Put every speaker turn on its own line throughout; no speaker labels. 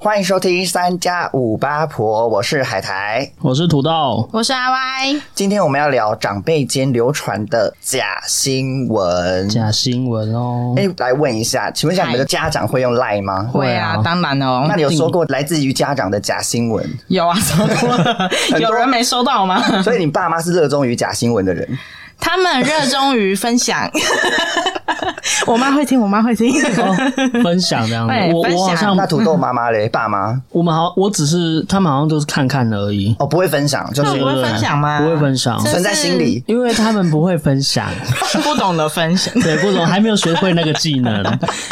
欢迎收听三加五八婆，我是海苔。
我是土豆，
我是阿 Y，
今天我们要聊长辈间流传的假新闻。
假新闻哦。
嗯哎、来问一下，请问一下你们的家长会用赖吗？
会啊
当然哦
那，你有收过来自于家长的假新
嗯
闻？
有 啊，收过，有人没收到吗？
所以你爸妈是热衷于假新闻的人，
他们热衷于分 享，我妈会听，我妈会听，
哦分享这 样子，
对
我
分享
我好像
哎那土豆妈妈嘞，爸妈
我们好，我只是他们好像都是看看而已，
哦不啊会分享，就
那你
是
会分享吗？
不会分享，
这
存在心里。
因为他们不会分享，
不懂得分享，
对，不懂还没有学会那个技 能。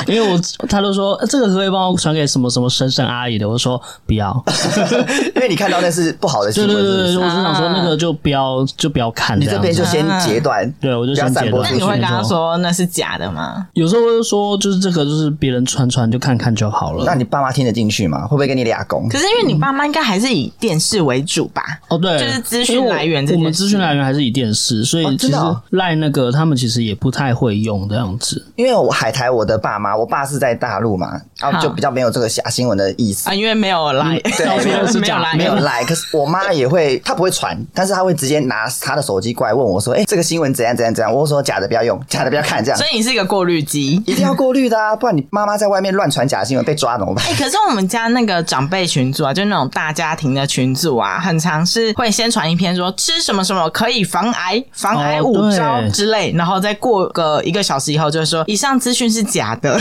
因为我他都说呃这个可不可以帮我传给什么什么婶婶阿姨的，我说不要。
因为你看到那是不好的新
对
闻，
对对
啊是
对，
不是
我是想说那个就不要就不要看
你
这
这
样
边
子
就。先截断，
对，我就先
不要散
截
播
断。
那
出
你
去
会跟他
没错，
说那是假的吗？
有时候我就说，就是这个就是别人传传就看看就好
那
了。
你爸妈听得进去吗？会不会跟你俩公？
可是因为你爸妈应该还是以电视为主吧？
哦，对，
就是资讯
因为我
来源这
我
件
们资讯来源还是以电视，所
哦
以其
真
实
的哦
赖那个他们其实也不太会用这样子。
因为我海苔我的爸妈，我爸是在大陆嘛，然后就比较没有这个假新闻的意思。
啊，因为没有来，
对
到处都是
没有
假
来，
没有来，可是我妈也会，她不会传，但是她会直接拿她的手机过来问我说：“哎、这个新闻怎样怎样怎样？”我说：“假的不要用，假的不要看，这样
所以你是一个过滤机。
一定要过滤的啊，不然你妈妈在外面乱传假新闻被抓怎么办
哎、可是我们家那个长辈群组啊，就那种大家庭的群组啊，很常是会先传一篇说吃什么什么可以防癌、防癌
哦
五
对
招之类，然后再过个一个小时以后，就说以上资讯是假的，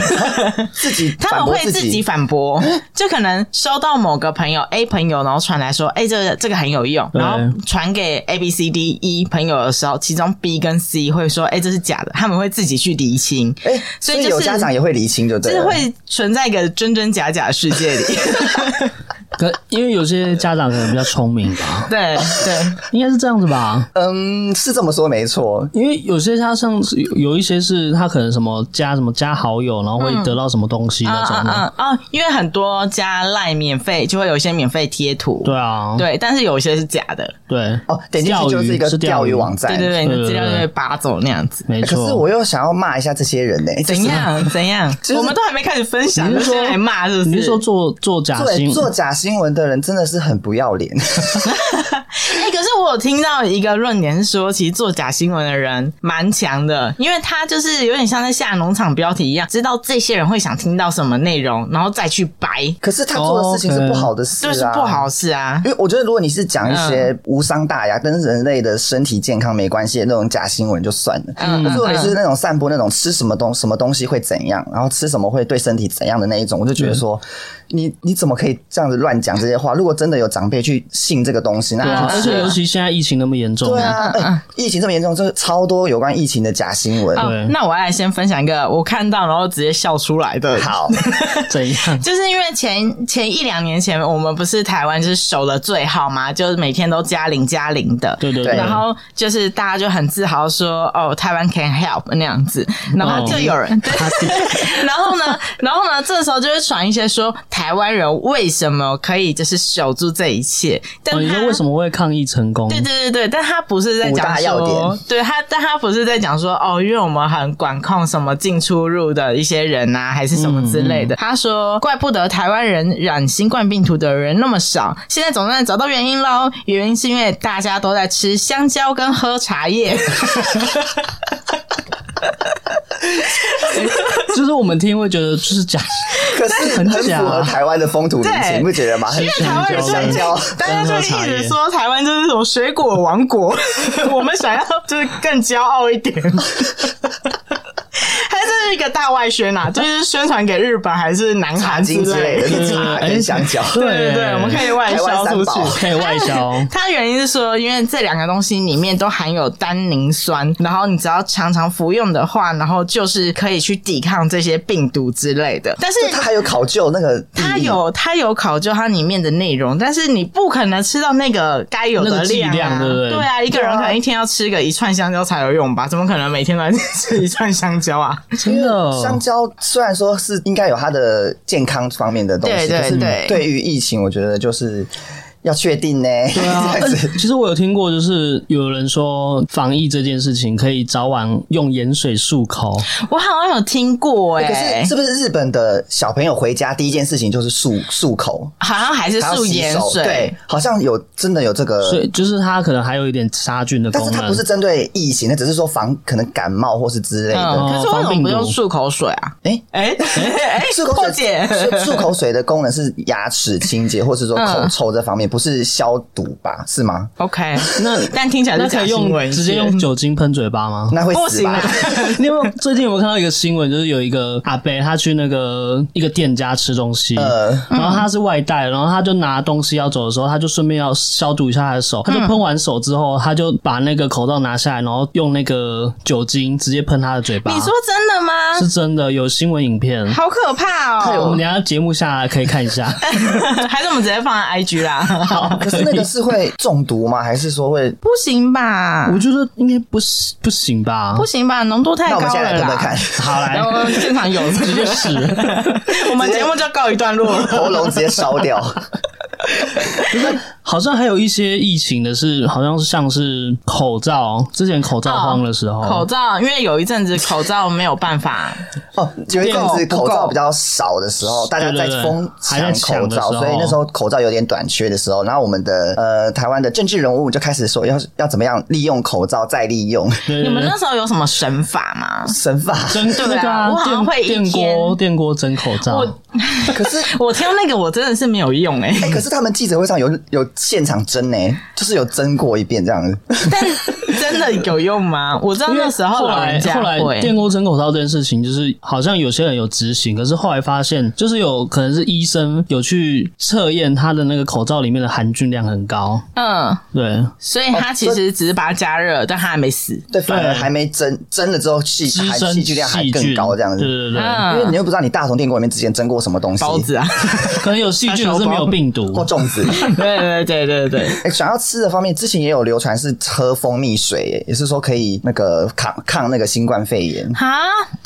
自己
他
反
们
驳
会自己
己。
反驳，就可能收到某个朋友 A 朋友，然后传来说，哎、这个这个很有用，
对
然后传给 A B C D E 朋友的时候，其中 B 跟 C 会说，哎、这是假的，他们会自己去厘清，
哎、所
所以
以
就是
有家长也会理清，就
就
对
是
了。
会存在一个真真假假的世界里，
可因为有些家长可能比较聪明 吧，
对对。
应该是这样子吧。
嗯，是这么说没错。
因为有些他像是有有一些是他可能什么加什么加好友，然后会得到什么东西那种的。
啊啊！哦因为很多加赖免费就会有一些免费贴图，
对啊，
对但是有一些是假的，
对
哦，点进去就是一个
钓鱼是钓
钓鱼
鱼
网站。
对对对，你的资料
对对
就
对
会拔走那样子。
没
可是
错。
我又想要骂一下这些人呢、就是
怎样怎样
就是？
我们都还没开始分享，
你
就是
说
先来骂是不是？
你是说做做假
对
啊新哦
做假新闻的人真的是很不要脸。
哎、可是我有听到一个论点是说，其实做假新闻的人蛮强的，因为他就是有点像在下农场标题一样，啊知道这些人会想听到什么内容，然后再去掰，
可是他做的事情是不好的事啊，
就是不好嗯事啊。
因为我觉得，如果你是讲一些无伤大雅、跟人类的身体健康没关系的那种假新闻就算了，
嗯
可是如果你是那种散播那种吃什么东什么东西会怎样，然后吃什么会对身体怎样的那一种，我就觉
嗯
得说，你你怎么可以这样子乱讲这些话？如果真的有长辈去信这个东西，那
对
就
啊，
嗯
而
是
且尤其现在疫情那么严重，
对啊，哎疫情这么严重，就是超多有关疫情的假新闻。
哦
对，
那我要来先分享一个我看到然后直接笑出来的，
好，
怎样？
就是因为前前一两年前，我们不是台湾就是守的最好嘛，就是每天都加零加零的。
对对
对
对，啊
然后就是大家就很自豪说，哦，台湾 can help 那样子，然后就有人， 对，
他
然后呢，然后呢，这时候就会传一些说台湾人为什么可以就是守住这一切，但
哦，你
他
说为什么会抗议成功？
对对对对，但他不是在
五
讲
大要
说
点，
对他，但他不是在讲说哦，因为我们很管控什么进出入的一些人啊，还是什么之
嗯
类的。他说，怪不得台湾人染新冠病毒的人那么少，现在总算找到原因喽。原因是因为大家都在吃香蕉跟喝茶 叶，
就是我们听会觉得就是假，
可是很
很假
符合台湾的风土民情，
对
你不觉得吗？很
台湾人就
香蕉。
大家就一直说台湾就是什么水果王国， 我们想要就是更骄傲一点。 它这是一个大外宣啊，就是宣传给日本还是南
茶
韩
精之类
类
的，
的。
是茶跟香蕉。
对对对，我们可以外销出
台湾三宝
去。
可以外 销。
它原因是说，因为这两个东西里面都含有单宁酸，然后你只要常常服用的话，然后就是可以去抵抗这些病毒之类的。但是
就他还有考究那个
它
地理
有它有考究它里面的内容，但是你不可能吃到那个该有
那
的
个剂
量啊，
量对不对
啊，一个人可能一天要吃个一串香蕉才有用吧？怎么可能每天都在吃一串香蕉啊？
真的哦
香蕉虽然说是应该有它的健康方面的东西，
对对
可是
对
对于疫情，我觉得就是要确定呢、
对啊
这样子，
呃其实我有听过，就是有人说防疫这件事情可以早晚用盐水漱口，
我好像有听过哎、
可是是不是日本的小朋友回家第一件事情就是漱漱口，
好像还是
还要
素
洗
盐
手
水，
对，好像有真的有这
呃
个，
所以就是它可能还有一点杀菌的功
但是
能。
它不是针对疫情，那只是说防可能感冒或是之类的。
嗯，可是为什么不用漱口水啊？
哎
哎哎，
漱口
破
水
解，
漱漱口水的功能是牙齿清洁，或是说口
嗯
臭这方面，不是消毒吧？是吗？
OK，
那
但听起来是
那可
假
以
新
用
闻，
直接用酒精喷嘴巴吗？
那会
不
死
行
吧
啊？！
你有没有最近有没有看到一个新闻，就是有一个阿伯他去那个一个店家吃东西，
呃，
然后他是外带，然后他就拿东西要走的时候，他就顺便要消毒一下他的手，他就喷完手之后，他就把那个口罩拿下来，然后用那个酒精直接喷他的嘴巴。
你说真的吗？
是真的？有新闻影片，
好可怕
我们
哦！
等一下节目下来可以看一下。
还是我们直接放在 IG 啦？好，
可是那个是会中毒吗？还是说会？
不行吧
我？觉得应该不行不行吧？
不行吧？浓度太
那我
高
们现在
了
来喷
啦！
喷看，
好来
然，后现场有
直接试。
我们节目就告一段落了。
喉咙直接烧 掉。
好像还有一些疫情的是，好像是像是口罩，之前口罩荒的时候，
哦 口罩，因为有一阵子口罩没有办法，
哦，有一阵子
不够
口罩比较少的时候，大家在疯
对对对还在抢
口
的时
罩，
候
所以那时候口罩有点短缺的时候，然后我们的呃台湾的政治人物就开始说要要怎么样利用口罩再利用
对对对
你们那时候有什么神法吗？
神法。
蒸
对啊
那个啊
我好像会一
电电锅电锅蒸口罩，
我
可是
我听那个我真的是没有用哎、
哎、可是他们记者会上有有现场争呢、就是有争过一遍这样子。
但 真的有用吗？我知道
因为
那时候
后
老人
来
家
后来
会
电锅蒸口罩这件事情，就是好像有些人有执行，可是后来发现，就是有可能是医生有去测验他的那个口罩里面的含菌量很高，
嗯，
对，
所以他其实只是把它加热，但他还没死。
对，反而
对
还没争，争了之后细
滋
还
生
细菌量还
细
更
菌
高这样
对
子。
对对，
因
嗯，
为你又不知道你大同电锅里面之前蒸过什么东西，
包子啊，
可能有细菌，
它
可是没
小
有
包
病毒，
或粽子。
对对对对对，
哎、想要吃的方面，之前也有流传是喝蜂蜜水、哎也是说可以那个抗抗那个新冠肺炎。
啊，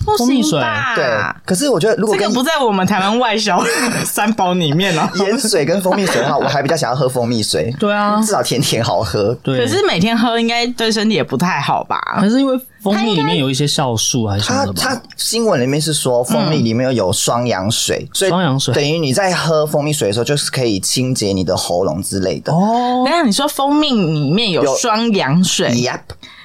不
蜂蜜
行
水
吧？
对，可是我觉得如果
啊这个
跟
不在我们台湾外销 三宝里面哦。
盐水跟蜂蜜水的话，我还比较想要喝蜂蜜水，
对啊
至，少甜甜好喝。
对，
可是每天喝应该对身体也不太好吧？
还是因为蜂蜜里面有一些酵素还是什
它
么的吧？
它新闻里面是说蜂蜜里面有双氧水，所以
嗯双氧水
等于你在喝蜂蜜水的时候，就是可以清洁你的喉咙之类的。
哦
等一，下你说蜂蜜里面有
有
双氧水，
Yep，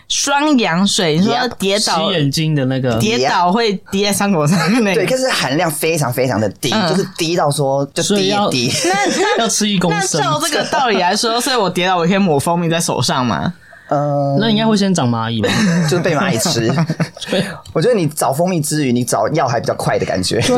双氧水，你说
Yep
跌
洗
倒
眼睛的那个，
跌倒会跌在伤口上面那
哎
对，
个。
可是含量非常非常的低，
嗯
就是低到说就
所以
低
要
低。
要吃一公
那
升，
照这个道理来说，所以我跌倒，我可以抹蜂蜜在手上吗？
嗯，
那应该会先长蚂蚁吧？
就是被蚂蚁吃。
对，
我觉得你找蜂蜜之余，你找药还比较快的感觉。对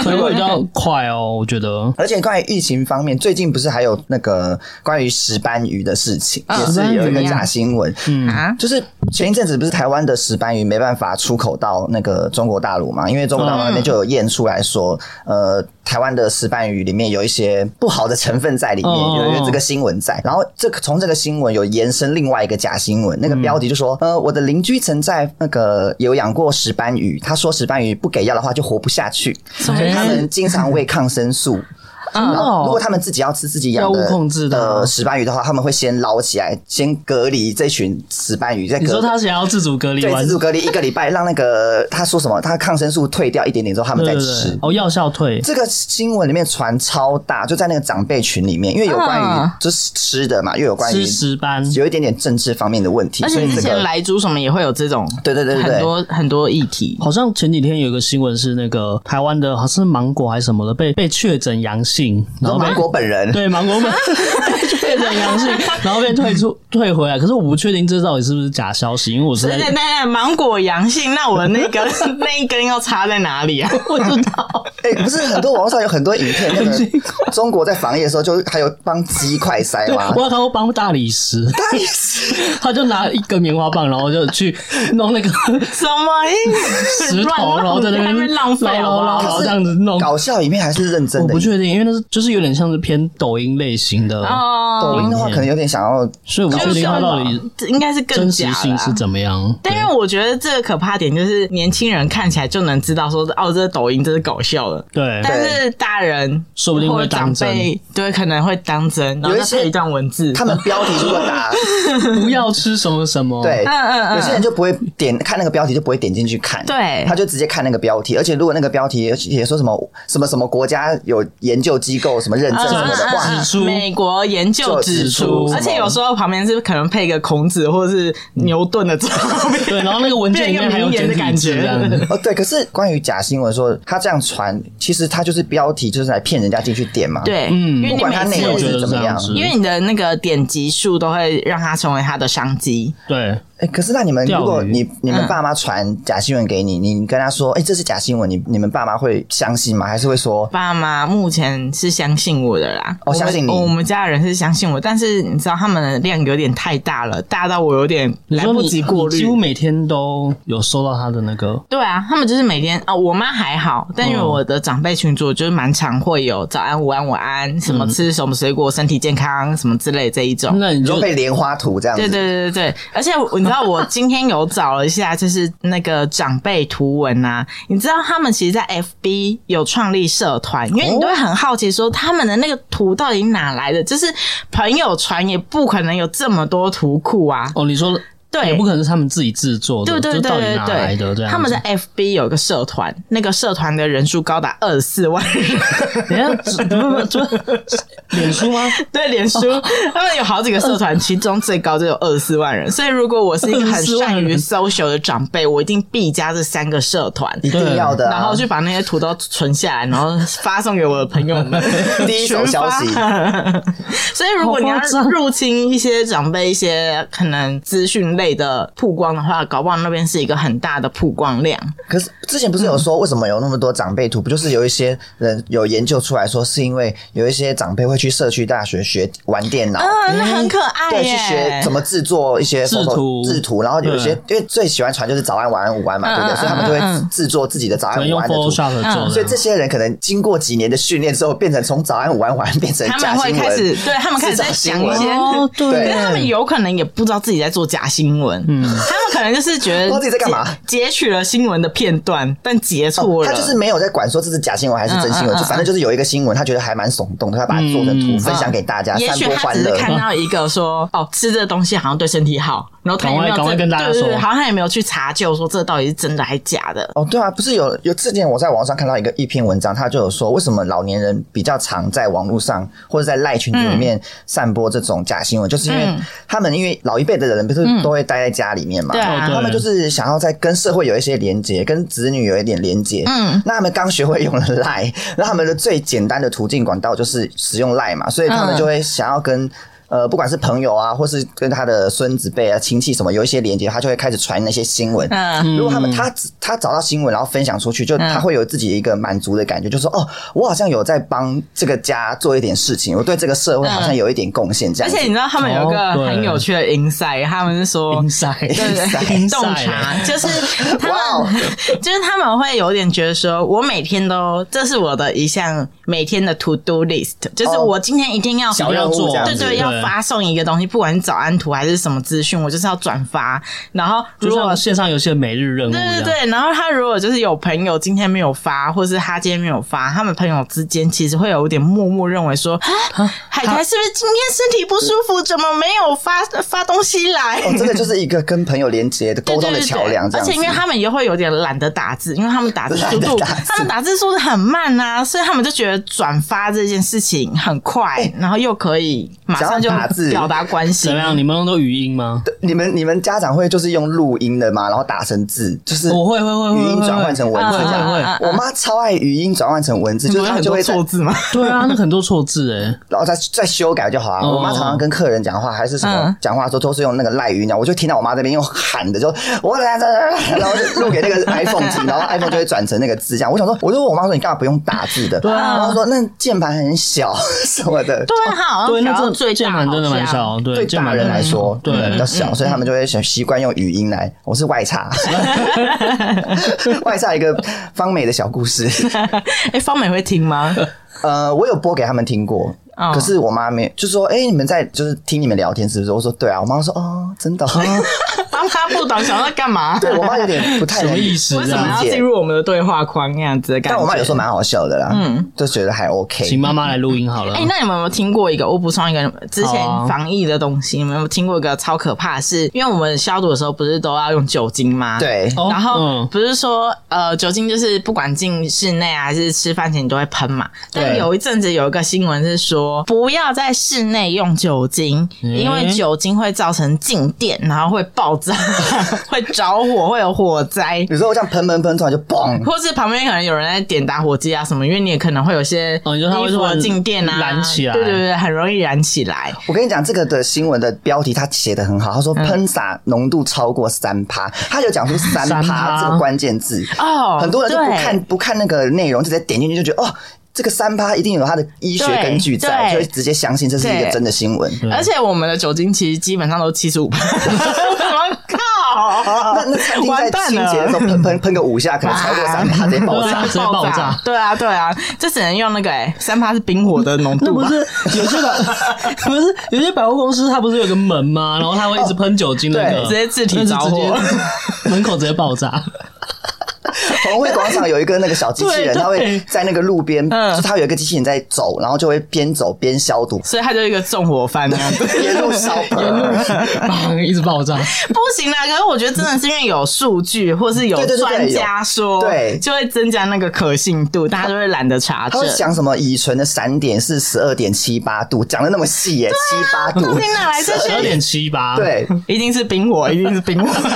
可能会比较快哦，我觉得。
而且关于疫情方面，最近不是还有那个关于石斑鱼的事情，
嗯
啊
也是有一个假新闻。嗯，
啊，
就是前一阵子不是台湾的石斑鱼没办法出口到那个中国大陆嘛？因为中国大陆那边就有验出来说，呃，台湾的石斑鱼里面有一些不好的成分在里面，
哦
有有这个新闻在。然后这个从这个新闻有延伸另外一个假新闻，那个标题就说，呃，我的邻居曾在那个有养过石斑鱼，他说石斑鱼不给药的话就活不下去，所以他们经常喂抗生素。
嗯
然后如果他们自己要吃自己养的
药物控制的啊
呃石斑鱼的话，他们会先捞起来，先隔离这群石斑鱼，再
你
隔
说他想要自主隔离
对
完
自主隔离一个礼拜，让那个他说什么，他抗生素退掉一点点之后，他们
对
再
对
吃。
对，哦，药效退，
这个新闻里面传超大，就在那个长辈群里面，因为有关于
啊
就是吃的嘛，又有关于
吃石斑，
有一点点政治方面的问题，
而
所
且
以
之
这
前
个
莱猪什么也会有这种
对对对对
很
对，
多很多议题。
好像前几天有一个新闻是那个台湾的，好像是芒果还是什么的，被被确诊阳性，然后被
芒果本人
对芒果们被确诊阳性，然后被退出退回来。可是我不确定这到底是不是假消息，因为我是
对
在
对对，芒果阳性，那我那个那一根要插在哪里啊？
不知道。
哎、不是很多网络上有很多影片，那
很辛
个中国在防疫的时候，就还有帮鸡快塞
对，
吗？
我看过帮大理石，大理石， 他就拿一根棉花棒，然后就去弄那个
什么意思？
石头，
乱弄
然后在那
还没
边
浪费
捞
好不
捞捞
好？
捞这样子弄。
搞笑里面还是认真
我
的
不
影片？
确定，因为那是就是有点像是偏抖音类型的，
抖
哦，
音的话可能有点想要
所以我不确定它到底
这应该是更
真
假
实性
啦
是怎么样。
但因为我觉得这个可怕点就是年轻人看起来就能知道说哦，这是抖音，这是搞笑的。
对，
但是大人
说不定
或
会当
长
真
辈对可能会当真，然后
有一
再
些
配一段文字。
他们标题如果 打
不要吃什么什么，
对，
嗯嗯
有些人
嗯，
就不会点看那个标题，就不会点进去看，
对
他就直接看那个标题，而且如果那个标题也说什么什么什么国家有研究机构什么认证
嗯
什么的，哇
指，出
美国研究指
就指
出
出，
而且有时候旁边是可能配一个孔子或者是牛顿的照片，
对，然后那个文件里面还有简体字这样子，
哦，对，可是关于假新闻说他这样传，其实他就是标题，就是来骗人家进去点嘛。，
对，
嗯
因为
不
你
管他
每
内
我
容
觉得
次。
是
是
怎
这
么
样
样
子，
因为你的那个点击数都会让它成为它的商机，
对
哎，可是那你们
钓鱼
如果你你们
嗯
爸妈传假新闻给你，你跟他说，哎，这是假新闻，你你们爸妈会相信吗？还是会说，
爸妈目前是相信我的啦，
哦
我们
相信你
我们家的人是相信我，但是你知道他们的量有点太大了，大到我有点
你
来
说
不
你
及过
你几
滤
乎。每天都有收到他的那个，
哦
对啊，他们就是每天啊、我妈还好，但因为
嗯
我的长辈群组就是蛮常会有早安、午安、晚安，什么吃什么水果、身体健康什么之类这一种。
嗯那你
你
就
说被莲花图这样子？
对对对对对，而且我你知道我今天有找了一下，就是那个长辈图文啊，你知道他们其实，在 FB 有创立社团，因为你都会
哦
很好奇说他们的那个图到底哪来的，就是朋友传也不可能有这么多图库啊，
哦，你说
对，
也不可能是他们自己制作的，
对对
就
对
到底
对
哪来的这
对，
样子？
他们在 FB 有一个社团，那个社团的人数高达二十四万 人，
等一下只不不 不，脸书吗？
对，脸书
哦
他们有好几个社团，其中最高就有二十四万人。所以如果我是一个很
24万
善于
人
social 的长辈，我一定必加这三个社团。
一定要的啊。，
然后去把那些图都存下来，然后发送给我的朋友 们
第一手消息
群发。所以，如果你要
好夸张
入侵一些长辈一些可能资讯类的曝光的话，搞不好那边是一个很大的曝光量。
可是之前不是有说为什么有那么多长辈图？不就是有一些人有研究出来说，是因为有一些长辈会去社区大学学玩电脑。嗯
啊，那很可爱
对，
耶！
去学怎么制作一些
制
photo-
图
制图，然后有一些因为最喜欢传就是早安、晚安、午安嘛，对不对？
嗯
所以他们就
嗯
会
嗯
制作自己的早
可能
安、午
用
安的图。嗯
Photoshop 做的，
所以这些人可能经过几年的训练之后，变成从早安、午安、晚安变成
他
假
们会
新闻。
开始，对他们开始在想一
制造
些
新。
哦，
可
对
是他们有可能也不知道自己在做假新闻，嗯，他们可能就是觉得
不知道自己在干嘛哦
截截取了新闻的片段，但截错了，
他就是没有在管说这是假新闻还是真新闻，
嗯嗯嗯
就反正就是有一个新闻，他觉得还蛮耸动的，他把它做成图
嗯
分享给大家，
哦也
散
许
播
他
欢
只是
乐。
看到一个说， 哦，吃这东西好像对身体好，然后他也没有
赶快赶快
真
跟大家
对对对
说
好像他也没有去查究说这到底是真的还是假的，
哦，对啊，不是有有之前我在网上看到一个一篇文章，他就有说为什么老年人比较常在网络上或者在赖群组里面散播这种假新闻，就是因为
嗯
他们因为老一辈的人不是都会待在家里面嘛，
对啊
哦对
他们就是想要在跟社会有一些连接，跟子女有一点连接。
嗯，
那他们刚学会用了赖，那他们的最简单的途径管道就是使用赖嘛，所以他们
嗯
就会想要跟。呃，不管是朋友啊，或是跟他的孙子辈啊、亲戚什么有一些连接，他就会开始传那些新闻。
嗯，
如果他们他他找到新闻，然后分享出去，就他会有自己一个满足的感觉，就说哦，我好像有在帮这个家做一点事情，我对这个社会好像有一点贡献这
而
样子。
且你知道他们有一个
哦对
很有趣的 insight，他们是 说
inside，
对对
Inside
对，洞察就是 他
哦
们，就是他们会有点觉得说，我每天都，这是我的一项每天的 to do list，就是
哦
我今天一定要
小任务这样
对
子，
对，要发送一个东西，不管是早安图还是什么资讯，我就是要转发。然后
就
如果
像线上游戏的每日任务一
对对
样，
对，然后他如果就是有朋友今天没有发，或是他今天没有发，他们朋友之间其实会有点默默认为说，啊海苔是不是今天身体不舒服，怎么没有发发东西来？
哦，真的就是一个跟朋友连接的沟通的桥梁这
对对对对
样
而
子。
且因为他们也会有点懒得打字，因为他们打字速度，
懒得打字
他们打字速度很慢啊，所以他们就觉得转发这件事情很快，然后又可以马上就
哎只要打字
表达关
怎
系
么。样？你们都语音吗？
你们你们家长会就是用录音的吗？然后打成字，就是
哦
我会会会会
语音转换成文字
会
这样。
会会，
我妈超爱语音转换成文字，
你
就
不
是
会
她
很
就
多
会在
错字吗？
对啊，那很多错字哎，
然后再再修改就好啊。
哦
我妈常常跟客人讲话还是什么
嗯
讲话的时候，都是用那个赖语鸟，我就听到我妈这边用喊的，就我来 然后就录给那个 iPhone 听，然后 iPhone 就会转成那个字这样。我想说，我就问我妈说，你干嘛不用打字的？
对啊
然后说那键盘很小 什么的。
对啊，他好像
对，那
调到
这
最
键
大
蛮真的蛮
好
小，对，
对
键
大
盘
人来说，嗯
对嗯
比较小，所以他们就会想习惯用语音来。我是外 插，外插一个方美的小故事。
哎、方美会听吗？
呃，我有播给他们听过，
哦
可是我妈没，就说：“哎、你们在就是听你们聊天是不是？”我说：“对啊。”我妈说：“哦，真的哦。
哎
妈妈不懂想要干嘛？
对我妈有点不太
什
能
么意思？啊
为
这
什么
样，
要进入我们的对话框那样子的感觉？
但我妈有时候蛮好笑的啦，嗯，就觉得还 OK。
请妈妈来录音好了
哎、。那你们有没有听过一个？我补充一个之前
好啊
防疫的东西，你们有没有听过一个超可怕的是？因为我们消毒的时候不是都要用酒精吗？。
对，
哦
然后
嗯
不是说呃酒精就是不管进室内啊还是吃饭前你都会喷嘛，但
对
有一阵子有一个新闻是说不要在室内用酒精，
嗯
因为酒精会造成静电，然后会爆 炸，会着火，会有火灾。
有时候我这样喷喷喷，突然就嘣，
或是旁边可能有人在点打火机啊什么，因为你也可能会有一些
哦你说它会
衣服
突
啊
然
静电啊
燃起来
对对对，很容易燃起来。
我跟你讲，这个的新闻的标题他写的很好，他说
嗯
喷洒浓度超过三趴，他有 讲出三
三
趴
趴
这个关键字
哦
很多人就不
对
看不看那个内容，直接点进去就觉得哦，这个三趴一定有它的医学
对
根据在，
对
就会直接相信这是一个
对
真的新闻。
对
而且我们的酒精其实基本上都七十五趴， 我靠！
那那餐厅在
完蛋
清洁的时候
了。
喷喷喷个五下，可能超过三趴，直接爆
对 啊
炸。
直接爆炸！
对啊，对啊，这只能用那个哎、三趴是冰火的浓
那
度啊
不
吧？
是有些百不是有些百货公司，它不是有个门吗？然后它会一直喷酒精，那个
对直接自体 着火，
那是直接门口直接爆炸。
红会广场有一个那个小机器人，
对对
它会在那个路边，
嗯
就它有一个机器人在走，然后就会边走边消毒，
所以它就是一个纵火 犯那样子。
沿路烧。
砰一直爆炸，
不行啦，可是我觉得真的是因为有数据，或是有
对对对对
专家说，
对
就会增加那个可信度，大家就会懒得查
他
证
会。讲什么乙醇的闪点是十二点七八度，讲的那么细耶，七八度，
啊到底哪来这
十二
些？
点七八。，
对，
一定是冰 火，一定是冰火。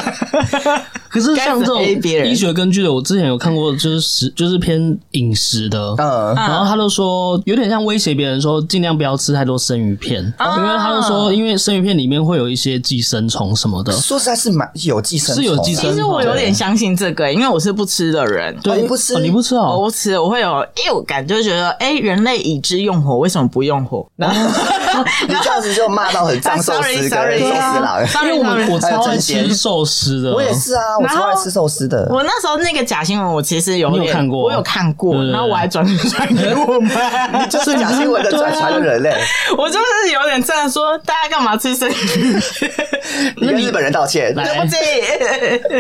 可是像这种
该怎么 A 别人
医学根据的，我之前有看过，就是食就是偏饮食的，
嗯，
然后他就说，有点像威胁别人说，尽量不要吃太多生鱼片，
啊
因为他就说，因为生鱼片里面会有一些寄生虫什么的。
说实在是蛮有寄生虫，
是有寄生
其实我有点相信这个、因为我是不吃的人。
哦你不吃
哦你不吃
我
哦，
不吃，我会有哎，我感，就会觉得哎、人类已知用火，为什么不用火？然后
你这样子就骂到 很脏寿司
啊 Sorry，
跟
sorry 啊
寿司郎。
因 为我
当然
们我
还有
超爱
真鲜
吃寿司的，
我也是啊，我超爱吃寿司的。
我那时候那个假新闻，我其实有
你有
点
看过
我有看过，
对对对
然后我还转传给我妈，
就是假新闻的转传的人类，
我就是有点这样说，大家干嘛吃 生 鱼？
你跟日本人道歉，
来
对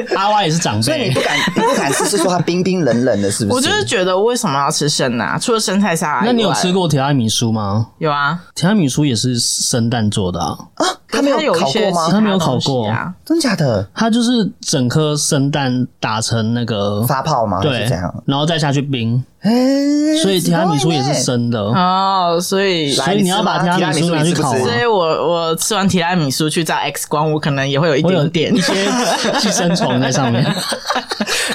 不起，
阿 Y 也是长
所以你
辈
不，敢，你不敢吃，是说它冰冰冷冷的，是不是？
我就是觉得为什么要吃生的啊？除了生菜沙拉以外，
那你有吃过提拉米苏吗？
有啊？
提拉米苏也是生蛋做的啊，
他没
可是有
有
一
烤
些
过
其
吗？
他没有烤
东西
过
啊。
真假的？
它就是整颗生蛋打成那个
发泡吗？还
对
是这样？，
然后再下去冰，
哎
所以提拉米苏也是。
奇怪呢
生的，
哦，所以
所以你要把
嗯来
提拉米苏拿
提拉米苏你
去烤
吃不吃
啊
所。以我我吃完提拉米苏去照 X 光，我可能也会有一
我有
点点
一。些寄生虫在上面，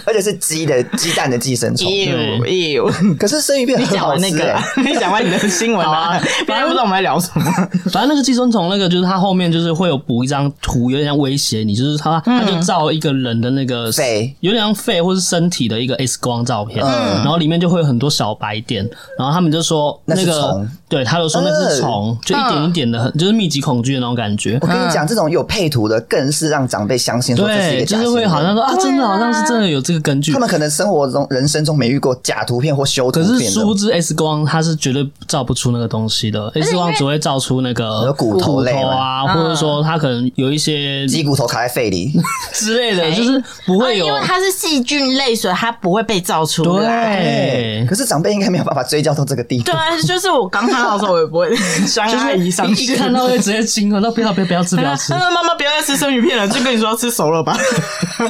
而且是鸡的鸡蛋的寄生虫。
ew
对
ew，
可是生鱼片很
讲
好
完那
吃
个啊
欸，，
你讲完你的新闻啊， 别人不知道我们在聊什么。
反正那个寄生虫那个就是它后面就是会有补一张图，有点像威胁你，就是它它就照一个人的那个
肺，
有点像肺或是身体的一个 X 光照片，
嗯
然后里面就会有很多小白点，然后他们就说
那是
个
虫呃
对，他就说那是虫，就一点一点的很就是密集恐惧的那种感觉
我，跟你讲，这种有配图的更是让长辈相信说这是一
嗯对，
个
就
假
是
新闻
会好像说啊，真的好像是真的有这个根据
他，们可能生活中、人生中没遇过假图片或修图
可
片的，
是殊不知 X 光它是绝对照不出那个东西的，X 光只会照出那个
有骨头类
啊，或者说它可能有一些
鸡骨头卡在肺里，
之类的，
哎
就是不会有
因为它是细菌类，所以它不会被造出 来。
对
哎可。是长辈应该没有办法追究到这个地步
对。啊，就是我刚看到的时候，我也不会 像
就是
阿姨上
一
去
看到就直接惊 了，那不要不要不要吃不要吃
他，说：“ 妈妈，不要再吃生鱼片了，就跟你说要吃熟 了吧，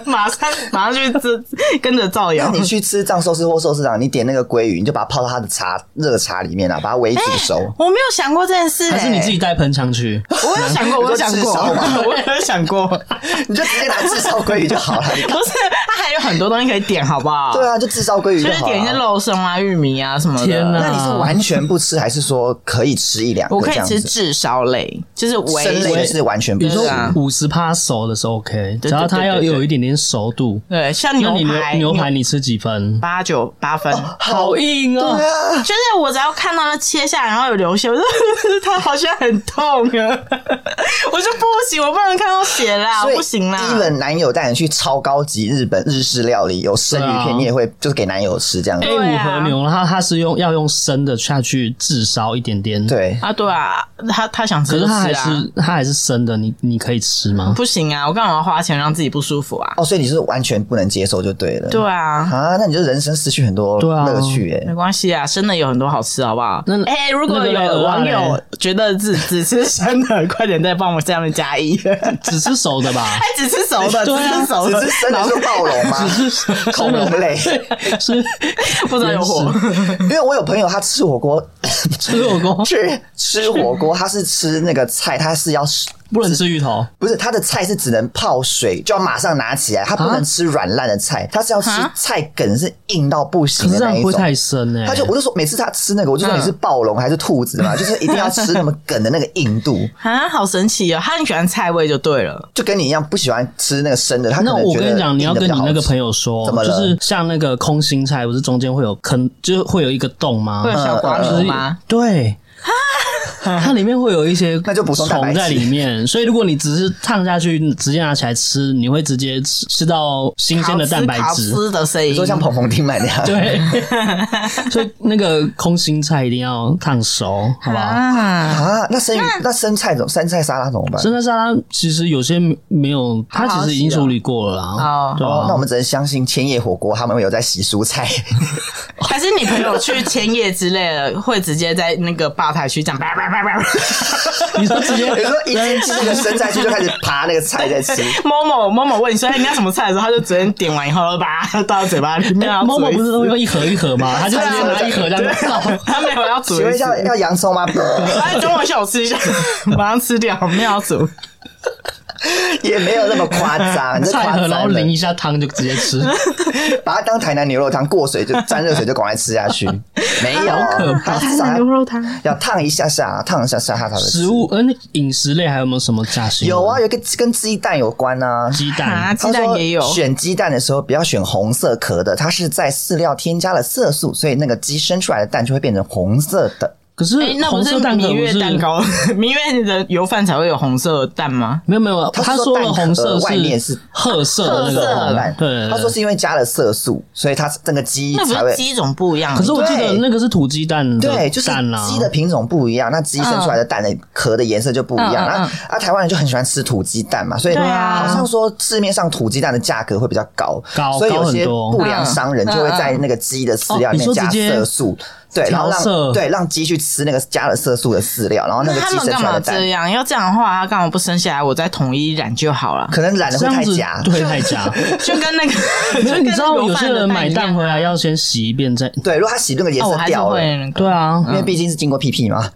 马上马上就这跟着造
那
谣。
你去吃藏寿司或寿司郎，你点那个鲑鱼，你就把它泡到它的茶热茶里面啊，把它微煮熟。
我没有想过这件事、
还是你自己带啊喷枪去？
欸？我有想过，我有想
你说
过
吃熟吗，
我有想过。哎
你就直接拿炙烧鲑鱼就好了。
不是，它还有很多东西可以点，好不好？
对。啊，就炙烧鲑鱼
就
就是好
点一些
了。
肉松啊、玉米啊什么的。
天哪
那
那你是完全不吃，还是说可以吃一两个
我可
这
以
样
吃
子？
炙烧类，就是
生
微
类就是完全
比
不
如
吃
说
对。啊
五十趴熟的时候 OK，只
对
要它要
对对对
有一点点熟度。
对，像
那
牛
你牛
排，
牛排你吃几分？
八九八分。
好硬
对
哦！
啊，
就是我只要看到它切下来，然后有流血，我就 它好像很痛啊， 我就不行，我不能看到血啦，
所以
哦不行啦。
伊人男友带你去超高级日本日式料理，有生鱼
对啊
片，你也会就是给男友吃这样子。
A 五
对啊
和牛，它它是用要用生的下去炙烧一点点，。
对，
啊，对啊，他他想
可
吃
是
就吃
它还
啊，
是它还是生的，你你可以吃吗？
不行啊，我干嘛要花钱让自己不舒服啊？
哦，所以你是完全不能接受就对了。
对啊，
啊，那你就人生失去很多
对啊
乐趣哎、
没关系啊，生的有很多好吃，好不好？
那
哎、如果
那个
有
鹅啊
网友
嘞
觉得只只吃生的， 快点再帮我下面 加一。哎，
只吃熟的 吧，
只吃熟的，
对
只
啊
吃熟
只
的
是，生的是暴龙吗？
只 是
恐龙 类，
是
不知道有火。
因为我有朋友他吃火锅，
吃火锅，
去吃火锅，他是吃那个菜，他是要
不能吃芋头。
不是他的菜是只能泡水，就要马上拿起来，他不能吃软烂的菜，他是要吃
啊
菜梗是硬到不
可
行
是
的
这
那
样
一
不会太哎欸
种。
深呢、
他就我就说每次他吃那个，我就说
嗯
你是暴龙还是兔子 嘛，就是一定要吃那么梗的那个硬度，
啊，好神奇哦！他很喜欢菜味就对了，
就跟你一样不喜欢吃那个生的。他可
那
能
我
觉
跟
得
你讲，你要
硬的
跟
比
你
较好
那个
吃
朋友说
怎，么
就
了
是像那个空心菜，不是中间会有坑，就是会有一个洞吗？
会有小瓜
嗯
呃
牛
嗯
吗？
对。它里面会有一些
那就补充蛋白
虫
质
在里面，所以如果你只是烫下去，直接拿起来吃，你会直接吃吃到新鲜的蛋白
好吃
质
好。吃的声音，
你说像彭彭丁满那样，
对，所以那个空心菜一定要烫熟，好 不好？
啊，
啊，那生鱼那生菜怎么生菜沙拉怎么办？
生菜沙拉其实有些没有，它其实已经处理过了啦
好。
对啊
哦，那我
吧？
们只能相信千叶火锅他们有在洗蔬菜，
还是你朋友去千叶之类的，会直接在那个吧台区讲叭叭叭叭 叭，
你说 直接
有时候一进去那个生菜区就开始扒那个菜在吃。
某某某某问你说哎你要什么菜的时候，他就直接点完以后把它倒到嘴巴 里面。然后
某某
煮一啊
不是都会用一盒一 盒吗？他就直接拿一盒这样子倒。
他没有要煮
请问
一
一下，要洋葱吗？
哎，等我一下，我 吃一下，马上吃掉，没有要煮。
也没有那么夸张，这
菜
夸
盒，然后
张
淋
了
一下汤就直接吃，
把它当台南牛肉汤，过水就沾热水就赶快吃下去，没有，啊它至少要
肉汤，
要烫一下下，烫一下下它才会吃
食物，呃，那饮食类还有没有什么炸心？
有啊，，有一个跟鸡蛋有关啊。
鸡
啊，
蛋。
他
鸡蛋
说
也有，
选鸡蛋的时候不要选红色壳的，它是在饲料添加了色素，所以那个鸡生出来的蛋就会变成红色的。
可是
哎，那不
红
是
色蛋壳
明
不
月
是
蛋糕， 明月的油饭才会有红色的蛋吗？
没有没有，
他
他
是
说
说
了
蛋壳
红色
外面是
褐色的那个
褐色
红，对，对
他说是因为加了色素，所以它这个鸡
那不
才
是
会。
鸡种不一样吗？
可是我记得
对
那个是土鸡蛋的
对，就是
蛋啊啦，
鸡的品种不一样，那鸡生出来的蛋的壳的颜色就不一样。
嗯嗯
那
嗯
啊，台湾人就很喜欢吃土鸡蛋嘛，所以
对啊
好像说市面上土鸡蛋的价格会比较高，
高
所以有些
高很多嗯
不良商人就会在那个鸡的饲料里面
嗯嗯嗯哦你说
加
直接
色素，对，然后
调色
让对让鸡去吃那个加了色素的饲料，然后那个
他
鸡
们
生
干
出来
嘛
的
这
蛋
样？要这样的话，他干嘛不生下来？我再统一染就 好了。
可能染的
这
会
样
太
子
假，
对 太假。
就跟 那个，
没有，你知道
就跟那个
有些人买
油饭的
蛋
一样啊
回来要先洗一遍再。
对，如果它洗那个颜
哦，我
色
还是
掉了，
会那个。
对啊，
因为毕竟是经过屁屁嘛。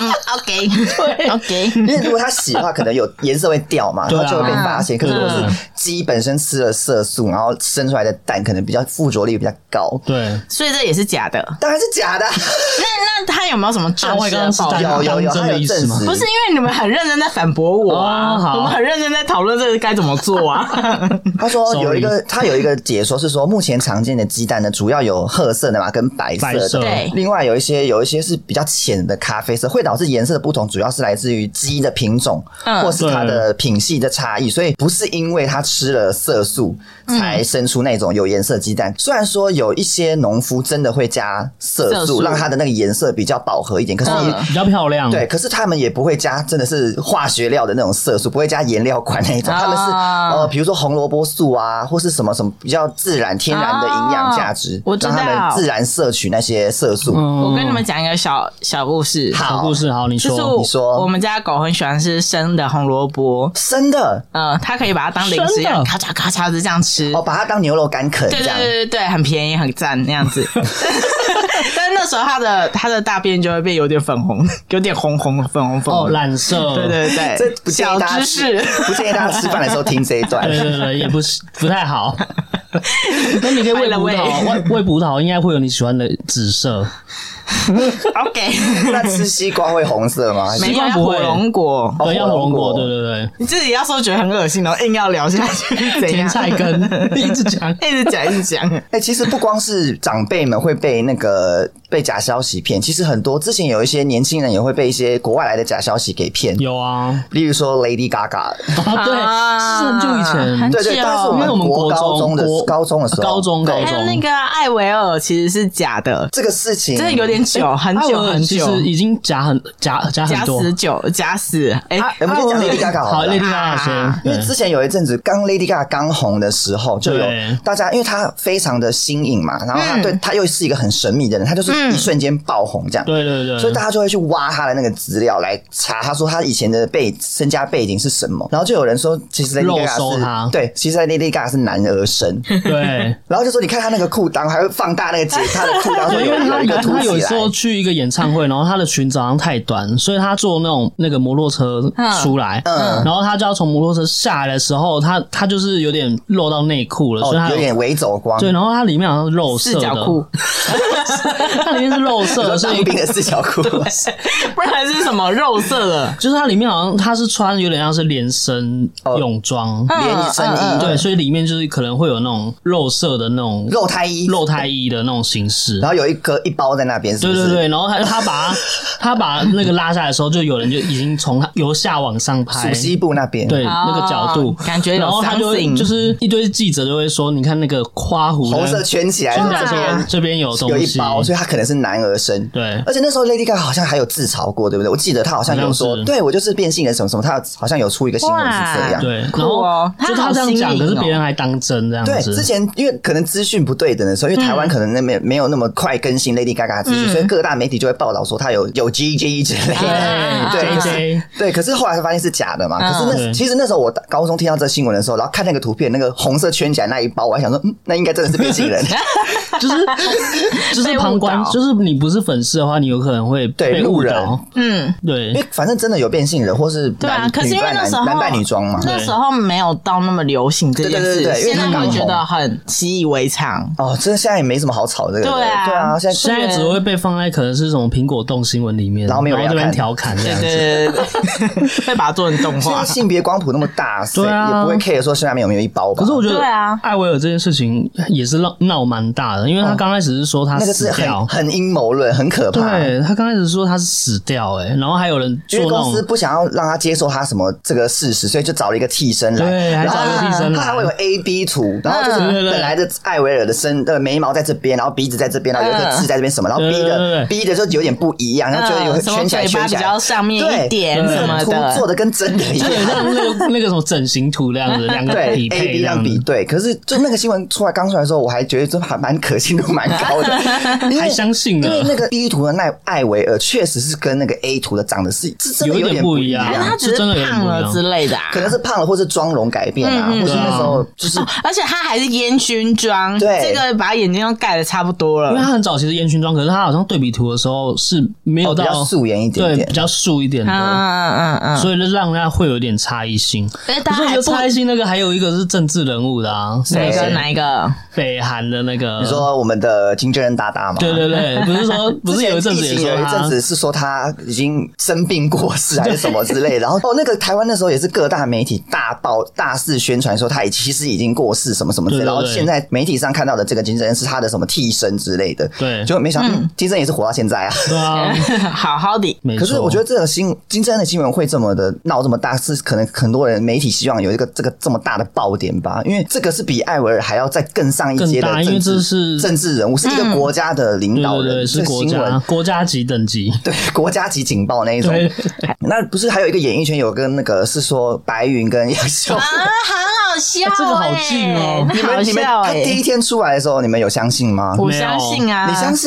嗯，OK，对，OK，
因为如果它洗的话，可能 有颜色会掉嘛，
对
然
啊嗯
后就会被发现。可是如果
对
是鸡本身吃了色素，然后生出来的蛋可能比较附着力比较高，
对，
所以这也是假的。
当然是假 的啊。
那那他有没有什么证
啊我
实
刚刚
的
是
报
蛋
道？
有有有
当真的意思吗
它有证实
不是因为你们很认真在反驳我啊，
哦好嗯
我们很认真在讨论这个该怎么 做啊。
他说
Sorry
有一个，他有一个解说是说，目前常见的鸡蛋呢，主要有褐色的嘛，跟白色
白
的。
色
对
另外有一些有一些是比较浅的咖啡色，会导致颜色的不同，主要是来自于鸡的品种、
嗯
或是它的品系的差异，所以不是因为它吃了色素
嗯
才生出那种有颜色鸡蛋。虽然说有一些农夫真的会加色素，
色素
让它的那个颜色比较饱和一点，可是你。
嗯
比较漂亮。
对，可是他们也不会加，真的是化学料的那种色素，不会加颜料款那一种。
啊
他们是呃，比如说红萝卜素啊，或是什么什么比较自然天然的营养价值
啊，我知道
让他们自然摄取那些色素。
嗯，
我跟你们讲一个小小故事，
好
小故事好，你
就
说。
你
是
说
我我们家狗很喜欢吃生的红萝卜，
生的
嗯，它可以把它当零食
生
一样，
的
咔嚓咔嚓的这样吃。
哦，把它当牛肉干啃
嗯对
这
对
样。
对对对，很便宜，很赞那样子。但是那时候它的它的大便就会变有点粉红，有点红红的粉红粉
哦，
红。
染色。
对对对，
这哎不建
小
议大家
知
吃
识。，
不建议大家吃饭的时候听这一段。
对对对，也不是不太好。那你可以喂
By the
葡
way
萄，喂喂葡萄应该会有你喜欢的紫色。
OK，
那吃西瓜会红色吗？还是
西
没有
瓜
要
不
火
会
龙果，
哦
对，要火龙果，
火
对
龙果
对对，
你自己要说觉得很恶心，然后硬要聊下去，怎
甜
样？
菜根 一直讲。
一直讲一直讲，
哎、其实不光是长辈们会被那个被假消息骗，其实很多之前有一些年轻人也会被一些国外来的假消息给骗，
有啊，
例如说 Lady Gaga，
啊对，是很久以前
很，
对对，
久
但是我
因为我
们
们
国
国
高中
中
的
国
高中的时候，
高中
对
高
还有
中
那个艾维尔其实是假的，
这个事情
真的有点久，很
艾
久
薇儿
很
其
久，
实已经夹很夹夹
假
很多。
死久，假死，哎、
哎我们先讲 Lady Gaga 好
好
了
，Lady Gaga
啊
先，
因为之前有一阵子刚 Lady Gaga 刚红的时候，就有
对
大家，因为她非常的新颖嘛，然后她
嗯
对她又是一个很神秘的人，她就是一瞬间爆红这样。
对对对，
所以大家就会去挖她的那个资料来查，她说她以前的背身家背景是什么，然后就有人说，其实 Lady
肉搜
Gaga
她
是对，其实 Lady Gaga 是男儿身，
对。
然后就说你看她那个裤裆，还会放大那个解她的裤裆，说
对，因为
有
他
一个凸
他有
起
时
来
候。去一个演唱会，然后他的裙子好像太短，所以他坐那种那个摩托车出来，
嗯
然后他就要从摩托车下来的时候，他他就是有点露到内裤了，所以
哦
他，
有点微走光，
对，然后它里面好像是肉色
四
的，
角裤，
它里面是肉色
你
的，
说
所
当
以
兵的四角 裤，
不然是什么肉色的？
就是它里面好像它是穿有点像是连身泳装，
连一身
嗯嗯
衣，
对，所以里面就是可能会有那种肉色的那种
肉胎衣，
肉胎衣的那种形式
然。后有一颗一包在那边，是不
对
是？
对对，然后他他把他把那个拉下来的时候，就有人就已经从他由下往上拍
属，西部那边，
对那个角度，
感觉有
然后他就
something
就是一堆记者就会说，你看那个花湖
红
呢
色圈起来，
圈
然
起来
啊
后
这
这边
边这边有
有
东
一
西，
包，所以他可能是男儿身。
对
而且那时候 Lady Gaga 好像还有自嘲过，对不对？我记得她好像有
好
说
像，是
对我就是变性人什么什么，她好像有出一个新闻是这样。
对，然
酷
后
哦
就
他好
他这样
新
讲，可
颖
是
哦
别人还当真这样
对，
子。
之前因为可能资讯不对等的时候，因为台湾可能那没没有那么快更新 Lady Gaga 的资讯，
嗯
所以各大媒体就会报道说她有有 GG 之类
对
的。
啊
对
，J
就是
J，
对，可是后来才发现是假的嘛。
嗯
可是那
对
其实那时候我高中听到这新闻的时候，然后看那个图片，那个红色圈起来那一包，我还想说，嗯，那应该真的是变性 人。
就是就是
被误
旁观，
导
就是你不是粉丝的话，你有可能会
对
被
路
误
人
导。
嗯，
对
因，为反正真的有变性人，或是
对啊
男
可是因
女
为
扮
那
男
时候
男扮女装嘛。
那时候没有到那么流行这件
对对
事，
对对因为
现
他
在
刚
会
红
觉得很习以为常。
哦，这现在也没什么好吵这个的。
对啊
对啊，现在
现在只会被放在可能是什么苹果动新闻里面，
然
然
后没有人
这
要
边
看
调侃这
对
样子。
对对对对，会把它做成动
现
画
在。性别光谱那么大，谁
对啊
也不会 care 说下面有没有一包吧。
可是我觉得
对啊
艾薇儿这件事情也是闹闹蛮大的，因为他刚开始是说他
嗯那个
死
是很
掉，
很阴谋论，很可怕。
对他刚开始说他是死掉，哎，然后还有人
因
做
为
那
公司
种
不想要让他接受他什么这个事实，所以就找了一个替身来，
对，还
然后
找一个替身
他还会有
来，
A B 图，然后就
嗯对对
是
对
本来的艾维尔的身的眉毛在这边，然后鼻子在这边，然后有一个
嗯
痣在这边什么，然后
对
B
对
的
对对
B 的就有点不一样，然后就有
嗯，什么
圈起来
嘴
圈
巴
起
比
来，
较上面
对
一点
对
什么
图
的
做，的跟真的一样
对，。像那个那个什么整形图那样子，两个
对
匹
A
配
B
这
这
样
样比
子，
对，可是就那个新闻出来刚出来的时候，我还觉得这还蛮可信度蛮高 的，因
还
为
相信
因为
了。
那个 B 图的那艾维尔确实是跟那个 A 图的长得是是真的
有一
点
点
不
不一样
还是他只
是真的有点
胖
不一样
了之类的啊？
可能是胖了或是妆容改变啊，
嗯嗯
或是那时候就是
哦而且他还是烟熏妆，
对
这个把眼睛都盖的差不多
因为
了。
他很早期是烟熏妆，可是他好像对比图的时候是没有
哦比
到、
较素颜一点
对比
点。
较素一点的，
嗯嗯嗯嗯，
所以就让人家会有点差异性。
所以
可
大
是
家
我
还
觉得差
不
异性那个还有一个是政治人物的啊，那个
哪一个
谁
哪一个？
北韩的那个，
你说我们的金正恩大大嘛？
对对 对，不是说不是有一阵子
之前疫
也
情有
说
一阵
他
子是说他已经生病过世还是什么之类的，然后哦，那个台湾那时候也是各大媒体大报大肆宣传说他也其实已经过世什么什么之类的，
对
然
对
后
对
现在媒体上看到的这个金正恩是他的什么替身之类的，
对
结果没想到、嗯金正恩也是活到现在啊。
对 啊，
好好的，
没错。
可是我觉得这个新金正恩的新闻会这么的闹这么大，是可能很多人媒体希望有一个这个这么大的爆点吧，因为这个是比艾维尔还要再更上一阶
更
的
大，
政
因为这
治
是
政治人物，是一个国家的领
对
导
对
人，
对，
这
是
个
国
新闻
家国家级等级，
对国家级警报那一种
对。
那不是还有一个演艺圈有跟那个是说白云跟杨秀
啊，，很好笑、欸，
这个好近哦
你
好
们你们
笑
他
哎、
第一天出来的时候，你们有相信吗？
我相信啊，
你相？信？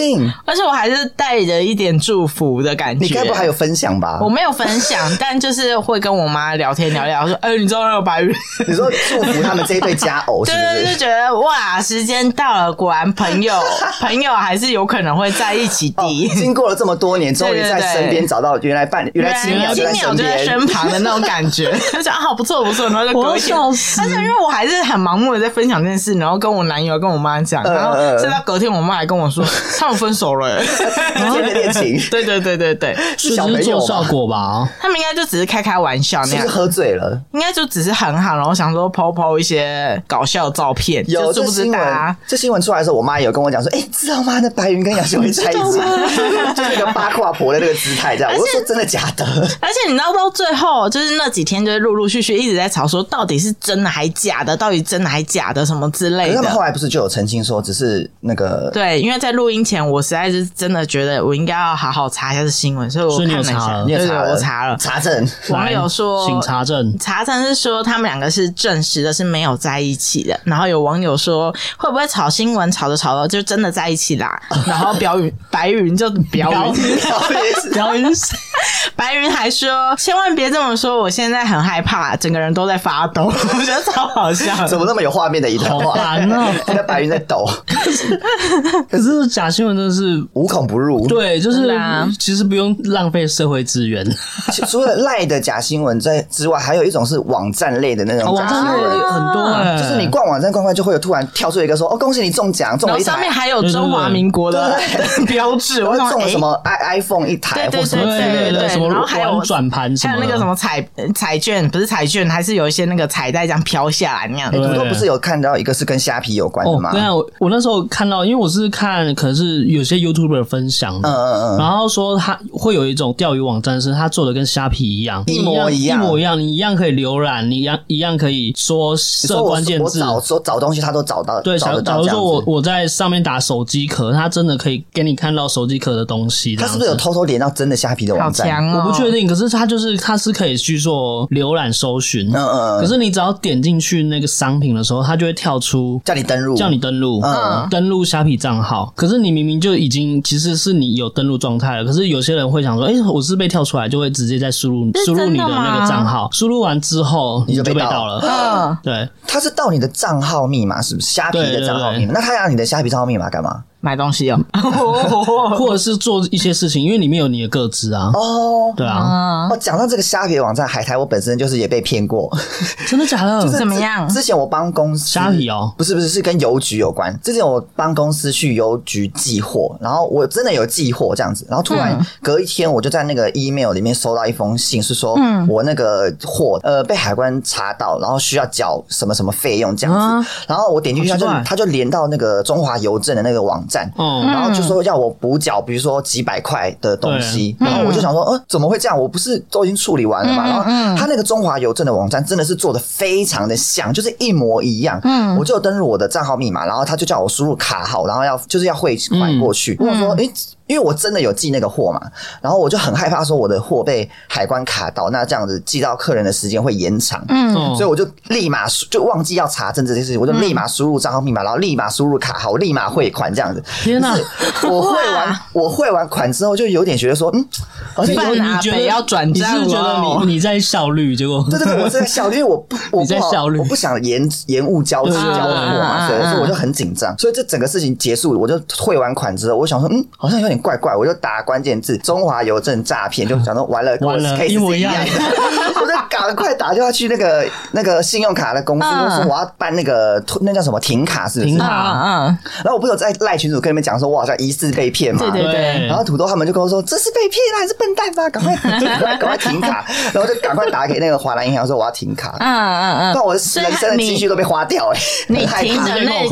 而且我还是带着一点祝福的感觉。
你该不会还有分享吧
我？没有分 享，但就是会跟我妈聊天聊聊，说，哎、你知道那个白云？
你说祝福他们这一 对佳偶是
对
不
对，对
是？
就觉得哇，时间到了，果然朋友朋友还是有可能会在一起
哦
滴。，
经过了这么多年，终于
对对
在
对
身边找到原来伴，原来青鸟
青
在
鸟
身
就在
边。
身旁的那种感觉， 就觉得啊，好不错不错，然后就
我
勾
要
一点
笑死
但！是因为我还是很盲目的在分享这件事，然后跟我男友跟我妈讲，然后
嗯嗯嗯
直到隔天我妈还跟 我说他们分手了、欸。
天天恋 情
对对对对对，
是小
就
朋
是
友
做
吗
效果吧，
他们应该就只是开开玩笑那
是不
样
是，喝醉了？
应该就只是很好，然后想说抛抛一些搞笑照片，
有
就殊
这
不知啊
新
大
闻
家，
这新闻出来的时候，我妈也有跟我讲说：“哎、知道吗？那白云跟杨秀会在一起，就是那个八卦婆的那个姿态，这样。”我就说：“真的假的？
而且你知道到最后，就是那几天就是陆陆续续一直在吵说，到底是真的还假的，到底真的还假的什么之”
可
类
是他们后
的。
来不是就有澄清说，只是那个
对，因为在录音前，我实在是真的觉得我应该要好好查一下这新闻，所以我
所以
看
你有
了一
查
下，
了
你
对
也
对，
查了
我查了。
查证，
网友
来
说
请查证。
查证是说他们两个是证实的是没有在一起的，然后有网友说会不会炒新闻炒着炒着就真的在一起啦？然后表云白云就 表云
表演是
白云还说千万别这么说，我现在很害怕，整个人都在发抖， 我觉得超好笑的。
怎么那么有画面的一段
好
话？
烦哦、
那个白云在抖，
可是假新闻真的是，
无孔不入。
对，就是
真的啊
其实不用浪费社会资 源。
除了赖的假新闻在之外，还有一种是网站类的那种
网
假
站
新
类
闻，
很多
啊
哎、
就是你逛网站逛逛，就会有突然跳出一个说：“哦，恭喜你中奖，中了
然后
一台
上面还有中华民国的 标志，我
然
想
后中
说
了什
诶
么 i iPhone 一台，
对
或什么之
对
类
对
的。
对
什么
然后还有
玩转盘什
还
么的，
有那个什么彩呃彩券，不是彩券，还是有一些那个彩带这样飘下来那样。
土豆不是有看到一个是跟虾皮有关的
哦，
吗？
对啊，我我那时候看到，因为我是看可能是有些 YouTuber 分享的，
嗯嗯嗯，
然后说他会有一种钓鱼网站，是他做的跟虾皮一样，
一模
一
一样
一模一样，你一样可以浏览，你一样一样可以说
你说
设
我
关键
我
字。
找说找东西，他都找到，
对，假
找
如
得
假
到
如
这样
说我
子。
我在上面打手机壳，他真的可以给你看到手机壳的东西。
他是不是
这
有
样子
偷偷连到真的虾皮的
好
网站？
强
我
哦！
不确定，可是他就是他是可以去做浏览搜寻，
嗯嗯，
可
嗯
是你只要点进去那个商品的时候，它就会跳出
叫你登录，
叫你登录，
嗯
登录虾皮账号。可是你明明就已经其实是你有登录状态了，可是有些人会想说，哎、我是被跳出来，就会直接再输入
是
输入你
真的吗
那个账号，输入完之后
你就
就
被
被
盗
盗了。
嗯，
对，
他是盗你的账号密码，是不是？虾皮
对
的
对
账号密码，那他要你的虾皮账号密码干嘛？
买东 西哦。哦
或者是做一些事情，因为里面有你的个资啊，
哦。
对啊，
嗯
哦，讲到这个虾皮的网站，海苔我本身就是也被骗过。
真的假的？
怎么样
之前我帮公司
虾皮哦
不是不是是跟邮局有关。之前我帮公司去邮局寄货，然后我真的有寄货这样子，然后突然
嗯
隔一天我就在那个 email 里面收到一封信，是说
嗯
我那个货呃被海关查到，然后需要缴什么什么费用这样子。
啊
然后我点进去，
好
他
奇
就
怪
他就连到那个中华邮政的那个网站，
哦、
然后就说要我补缴，比如说几百块的东西，然后我就想说，呃，怎么会这样？我不是都已经处理完了嘛？然后他那个中华邮政的网站真的是做的非常的像，就是一模一样。嗯，我就登入我的账号密码，然后他就叫我输入卡号，然后要就是要汇款过去。我想说，诶。因为我真的有寄那个货嘛，然后我就很害怕说我的货被海关卡到，那这样子寄到客人的时间会延长。
嗯
哦
所以我就立马输就忘记要查证这件事情，我就立马输入账号密码，然后立马输入卡号，立马汇款这样子。
天哪、
我汇完我汇完款之后，就有点觉得说，嗯，好像
你
有
办啊
你觉得
北要转
你是
账哦
不是觉
了
得你你在效率，结果
对对对，我是在效率，因为我不我
你在
不好
效率
我不想延延误交
对
交
对对嗯
交货嘛，
对
所
对
以
对
所以我就很紧张。所以这整个事情结束，我就汇完款之后，我想说，嗯，好像有点怪怪，我就打关键字“中华邮政诈骗”，就想说完了，跟我
完了
case
一模
是
一
一
样
样的， 我就赶快打电话去那个那个信用卡的公司，
嗯
我说我要办那个那叫什么停卡，是不是
停？
嗯嗯
然后我不是有在赖群主跟你们讲说，我好像疑似被骗嘛，
对对
嗯
对
然后土豆他们就跟我说：“这是被骗了还是笨蛋 吧？赶快赶快 赶快停卡！”然后就赶快打给那个华南银行说：“我要停卡。
嗯嗯嗯
那
嗯，
我的人生的积蓄都被花掉了、欸，
你
很害
停
怕。
的那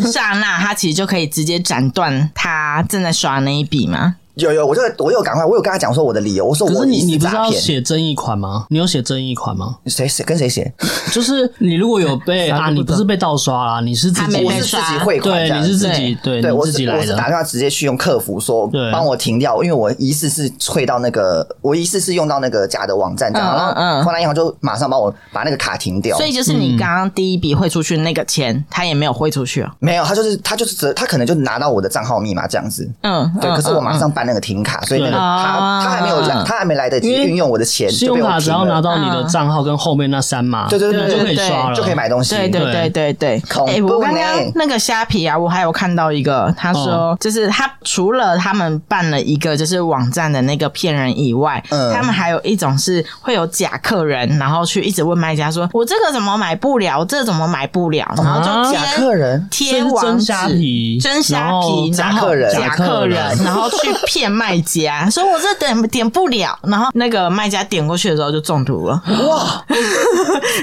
个刹那，它其实就可以直接斩断他正在刷那一笔嘛。
有有，我就我有赶快，我有跟他讲说我的理由，我说
可
我
是你
疑
你
似
不是
诈
要
骗。
写争议款吗？你有写争议款吗？
谁谁跟谁写？
就是你如果有 被
啥
啊，
都不
你不
懂
是被盗刷啦，你是自
他
己
没
我
被
是自
刷
己汇款这
对，
样
你
子，
是自己对，
对，
你
我
自己
是我
来
是打
的。
电话直接去用客服说
对
帮我停掉，因为我疑似是退到那个，我疑似是用到那个假的网站这样，
嗯嗯
然
嗯
后华南银行就马上帮我把那个卡停掉。
所以就是
嗯
你刚刚第一笔汇出去那个钱，他也没有汇出去哦。
没有，他就是他就是只他可能就拿到我的账号密码这样子，
嗯，
对，
嗯
可是我马。
嗯嗯
上办办那个停卡，所以那个
对
他他还没有来，他还没来得及
因为
运用我的钱，
信
就
用
被
卡
我
只
停
要拿
了。嗯
到你的账号跟后面那三码，
对对对
就
对
可以刷了，
就可以买东西。
对对对对对，
恐
哎、
怖欸
我刚
呢
刚那个虾皮啊，我还有看到一个，他
嗯
说、就是他除了他们办了一个就是网站的那个骗人以外，
嗯
他们还有一种是会有假客人，然后去一直问卖家说，我这个怎么买不了，这怎么买不了，然后就贴、
哦假客人，
所
贴
以是
网
真
址
虾皮，
真虾
然后
皮，
假
然后
客人
假
假客
客人
人，
然后去骗卖家，说我这点点不了，然后那个卖家点过去的时候就中毒了，
哇，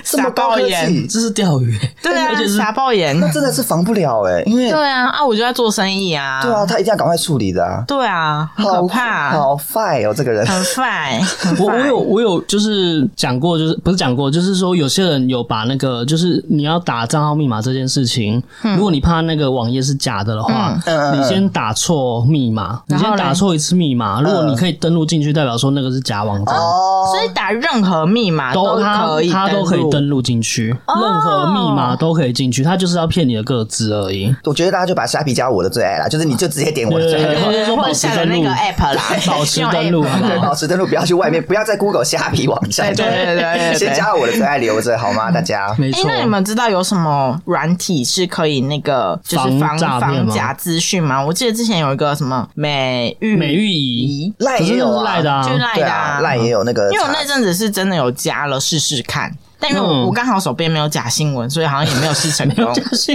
这么
傻
高
爆
科
眼，
技，
这是钓鱼，
对啊
而且，是
傻爆眼，
那真的是防不了哎，因为
对啊，啊，我就在做生意啊，
对啊，，他一定要赶快处理的啊，
对啊，很
好
可怕，
好坏哦，这个人。
很快，很
我
快
我有我有就是讲过，就是不是讲过，就是说有些人有把那个就是你要打账号密码这件事情，
嗯
如果你怕那个网页是假的的话，
嗯嗯嗯
你先打错密码，你
呃然后
先打
嘞呃
错一次密码，如果你可以登录进去，代表说那个是假网站。
哦，
所以打任何密码
哦他
可以，
他都可以
登录。哦
登录进去，任何密码都可以进去，他就是要骗你的个资而 已。
我觉得大家就把虾皮加我的最爱啦，就是你就直接点我的最爱
对
就
对
好，
对
对，或者下载那个 app 啦，
保持登录
用 app
好 不
对，
好
保持登录，不要去外面，不要在 Google 虾皮网站，
对对对对对对
先加我的最爱留着好吗？大家，
没
哎、
错，
那你们知道有什么软体是可以那个就是
防
防
诈骗吗
防假资讯吗？我记得之前有一个什么美玉
美玉仪
赖
可
也
是那
有
是
啊
赖的
就
啊，
赖
对
的、
啊，赖也有那个查，
因为我那阵子是真的有加了试试看，但因为
嗯
我我刚好手边没有假新闻，所以好像也没有 试成功，
就是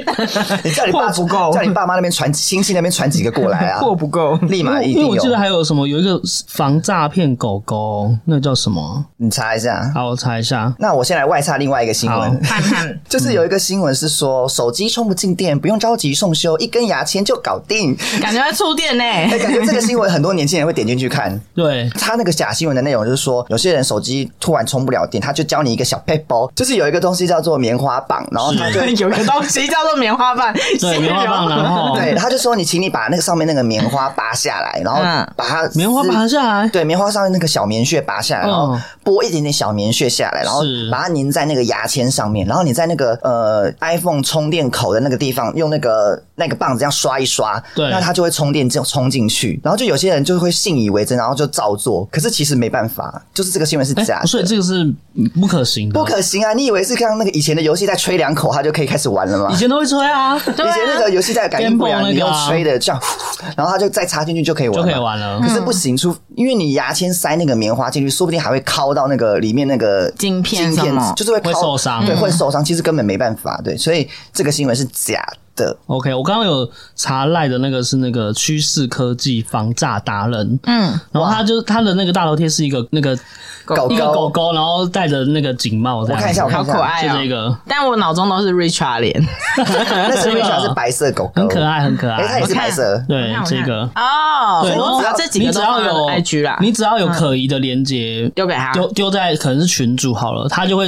你 叫你爸
货 不够
叫你爸妈那边传 亲戚那边传几个过来啊，
货不够。
立马一
因为
定
我记得
有，
还有什么有一个防诈骗狗狗，那叫什么？
你查一下。
好，我查一下。
那我先来外插另外一个新
好
闻，
看看，
就是有一个新闻是说手机充不进电，不用着急送修，一根牙签就搞定。
感觉在触电呢、
哎，感觉这个新闻很多年轻人会点进去看。
对，
他那个假新闻的内容就是说，有些人手机突然充不了电，他就教你一个小 p a p e 就是有一个东西叫做棉花棒，然后他就
有一个东西叫做棉花棒，
对，棉花 棒，然后
对，他就说你，请你把那个上面那个棉花拔下来，然后
嗯
把它
棉花
撕
拔下来，
对，棉花上面那个小棉屑拔下来，
嗯
然后剥一点点小棉屑下来，然后
是
把它粘在那个牙签上面，然后你在那个呃 iPhone 充电口的那个地方用那个那个棒子这样刷一刷，
对
那它就会充电就冲进去。然后就有些人就会信以为真，然后就照做，可是其实没办法，就是这个新闻是
哎
假，
所以
的。
这个是不可行的，
不。可行啊！你以为是刚那个以前的游戏在吹两口，它就可以开始玩了吗？
以前都会吹啊，就
对
以前那个
啊，
游戏在感应不
Game
良，
Boy
你
那
用
个啊
吹的这样， 然后它就再插进去就可以玩，
可以。玩了
可。是不行，出因为你牙签塞那个棉花进去，说不定还会敲到那个里面那个
晶片
晶
什么
就是会敲
会受伤
对，
嗯
会受伤。其实根本没办法，对，所以这个新闻是假的。
OK，我刚刚有查赖的那个是那个趋势科技防诈达人，
嗯，
然后他就他的那个大头贴是一个那个
狗
一个狗
狗，
狗，然后戴着那个警帽这
我
样子，
看一下，我看
好
一
可
下，
爱
就
哦、
这个
但我脑中都是 Richard 脸，
那是
这
因为
个
它是白色狗狗，
很可，爱，啊很可
哎，它
爱
也。是
我看
白色。
对
我看，我
这
看
个
哦，
对然后
我只要这几
你
个
只
都
要
放在
有
IG 啦，嗯
你只要有可疑的连接。
丢给他，
丢丢在可能是群主好了，他就会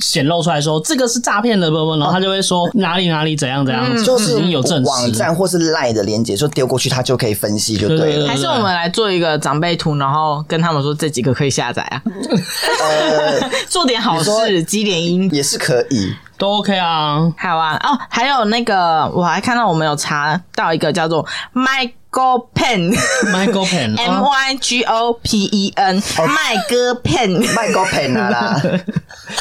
显露出来说这个是诈骗的，不不，然后他就会说哪里哪里怎样怎样，
就是
嗯已经有证实。
嗯网站或是赖的连接，就丢过去，它就可以分析，就
对
对
对
了。
还是我们来做一个长辈图，然后跟他们说这几个可以下 载啊，
呃，
做点好
你
事，积点阴。
也是可以。
都 OK 啊，
好啊，哦，还有那个，我还看到我们有查到一个叫做 Michael Pen。
Michael Pan，
M
啊
Y G O P E N，麦
哦
哥 pen，
麦高佩拿啦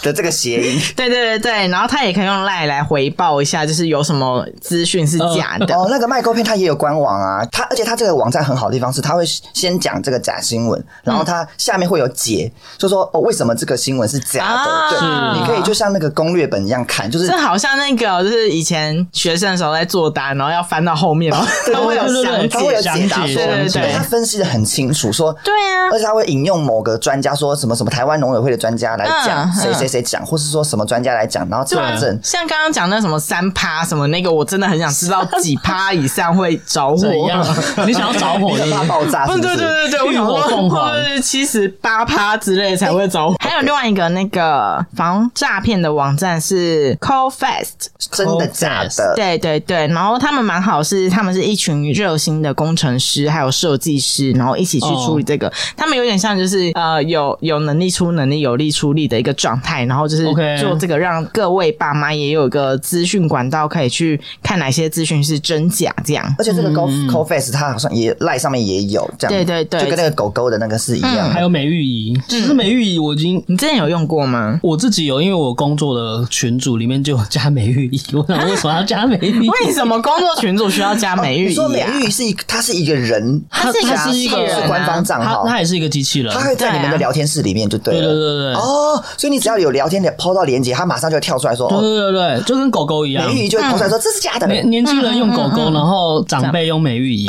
的这个谐音。
对对对对，然后他也可以用赖来回报一下，就是有什么资讯是假的，
哦，那个麦购片它也有官网啊，它而且它这个网站很好的地方是，它会先讲这个假新闻，然后它下面会有解，就说哦为什么这个新闻是假的，
啊
对，
是
你可以就像那个攻略本一样看，就是
这好像那个就是以前学生的时候在做单，然后要翻到后面，都会有
对对对
详
它会
解
有。解答
详解
说，
详解
它分析的很清楚，说
对啊
而，且他会引用某个专家说什么什么台湾农委会的专家来讲
嗯啊
谁谁谁讲，或是说什么专家来讲，然后查证。
像刚刚讲那什么三趴什么那个，我真的很想知道几趴以上会着火
怎。 样？你想要着火
你
是
很
不
怕 爆
是？
炸是
不
不
对
是？
对对对，我想
浴火
说
凤
会不
凰
会 七十八趴之类才会着火？还有另外一个那个防诈骗的网站是 Call Fast，
真的假
Confess
的？
对对对，然后他们蛮好，是他们是一群热心的的工程师还有设计师，然后一起去处理这个。他们有点像就是呃有有能力出能力，有力出力的一个状态，然后就是
OK
做这个，让各位爸妈也有一个资讯管道可以去看哪些资讯是真假这样。
而且这个 Go Co Face 它好像也赖上面也有这样，
嗯对对对
就跟那个狗狗的那个是一样
还
的。
有美玉仪，其实美玉仪我已经
你之前有用过吗？
我自己有，因为我工作的群组里面就有加美玉仪，我想为什么要加美玉仪？
为什么工作群组需要加美玉
哦 你
仪、
说美
啊？嗯
玉是一，它是一个人，
它
是一个
它是一
机器
个
人啊
是官方账
它
号，
它也是一个机器人
它，会在你们的聊天室里面就对
对
了。
对对对对
哦，所以你只要有聊天的抛到连接，它马上就会跳出来说，
对
哦，
对对对，就跟狗狗一样
美。玉就会跑出来说这是假的。
嗯
年年轻人用狗狗，然后长辈用美玉 仪。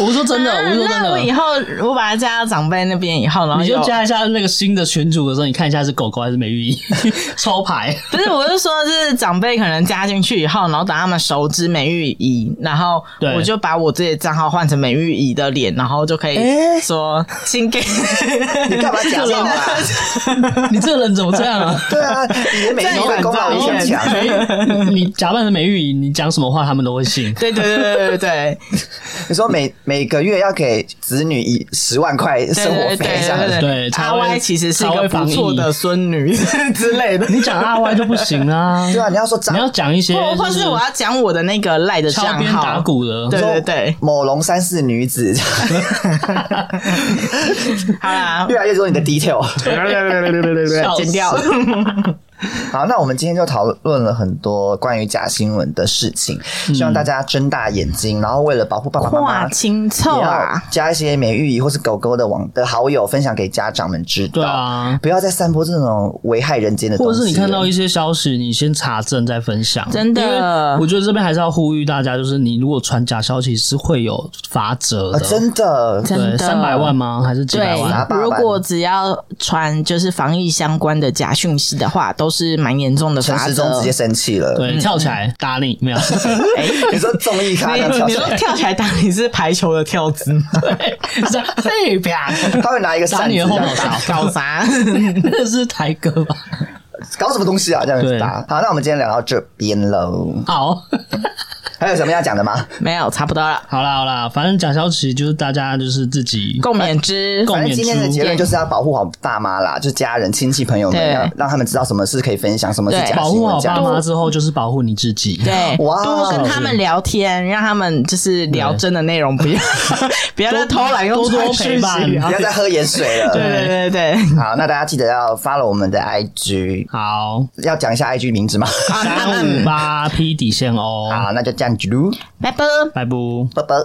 我说真的，哦我说真
啊那我以
的，
后我把它加到长辈那边以后，然后
你就
有
加一下那个新的群组的时候，你看一下是狗狗还是美玉 仪抽牌。
不是，我是说，就是长辈可能加进去以后，然后等他们熟知美玉仪，然后
对
我就把我自己的账号换成美玉仪的脸，然后就可以说请给
你干嘛假装啊？
你这个人怎么这样啊？
对啊，你的美玉会功劳也很强。
你你假扮成美玉仪，你讲什么话他们都会信。
对对对对对对
你说每每个月要给子女一十万块
对
生活
对对
费这样
对
子，
对才
阿
会
Y 其实是一
才
个
会
不
防疫
错的孙女之类的。
你讲阿 Y 就不行 啊，
对啊，你要说
你要
张
讲一些
或或是我要讲我的那个赖的
敲
账
边打
号，
鼓的，
对对对，
某龙三世女子，
好啦，
越来越多你的 detail。
笑死
剪掉。
好，那我们今天就讨论了很多关于假新闻的事情，
嗯
希望大家睁大眼睛，然后为了保护爸爸妈
哇，
妈。
清臭
也
啊
要！加一些美玉仪或是狗狗的网的好友，分享给家长们知道。
对啊
不要再散播这种危害人间的东
或
西。
者是你看到一些消息，你先查证再分享。
真的
因为我觉得这边还是要呼吁大家，就是你如果传假消息是会有罚则
啊，
的，
真的
真
对，
的
三百万吗？还是几百
拿
万？
爸爸
如果只要传就是防疫相关的假讯息的话，都是蛮严重的
陈
罚
时中
则
直。接生气了。
对，跳起来打你 没有？
你说综艺咖
你
那样
你
跳
说
起来，
跳起来打你是排球的跳姿 吗？哎
这样嘿啪，
他会拿一个
打
扇子
你
这
的后脑
样打，
勺，
搞啥？
那是台哥吧？
搞什么东西啊？这样子打。好，那我们今天聊到这边喽。
好，
还有什么要讲的吗？
没有，差不多了。
好啦好啦，反正假消息就是大家就是自己
哎共勉之，
共
反正今天的结论就是要保护好爸妈啦，就是家人、亲戚、朋友们，
对
要让他们知道什么是可以分享，什么是
对
假
保
新
护
闻
好
这
爸
样
妈
子。
之后，就是保护你自己。
对，
哇
多跟他们聊天，让他们就是聊真的内容，不 要不要再偷懒又
多多
传讯
陪伴
息
不
了
要再喝盐水
啊 对
了。
对对 对，
好，那大家记得要 follow 我们的 IG，
好，
要讲一下 IG 名 字吗？
三五八 P 底线哦，
好，那就这样子喽，
拜拜。
拜拜。
拜拜。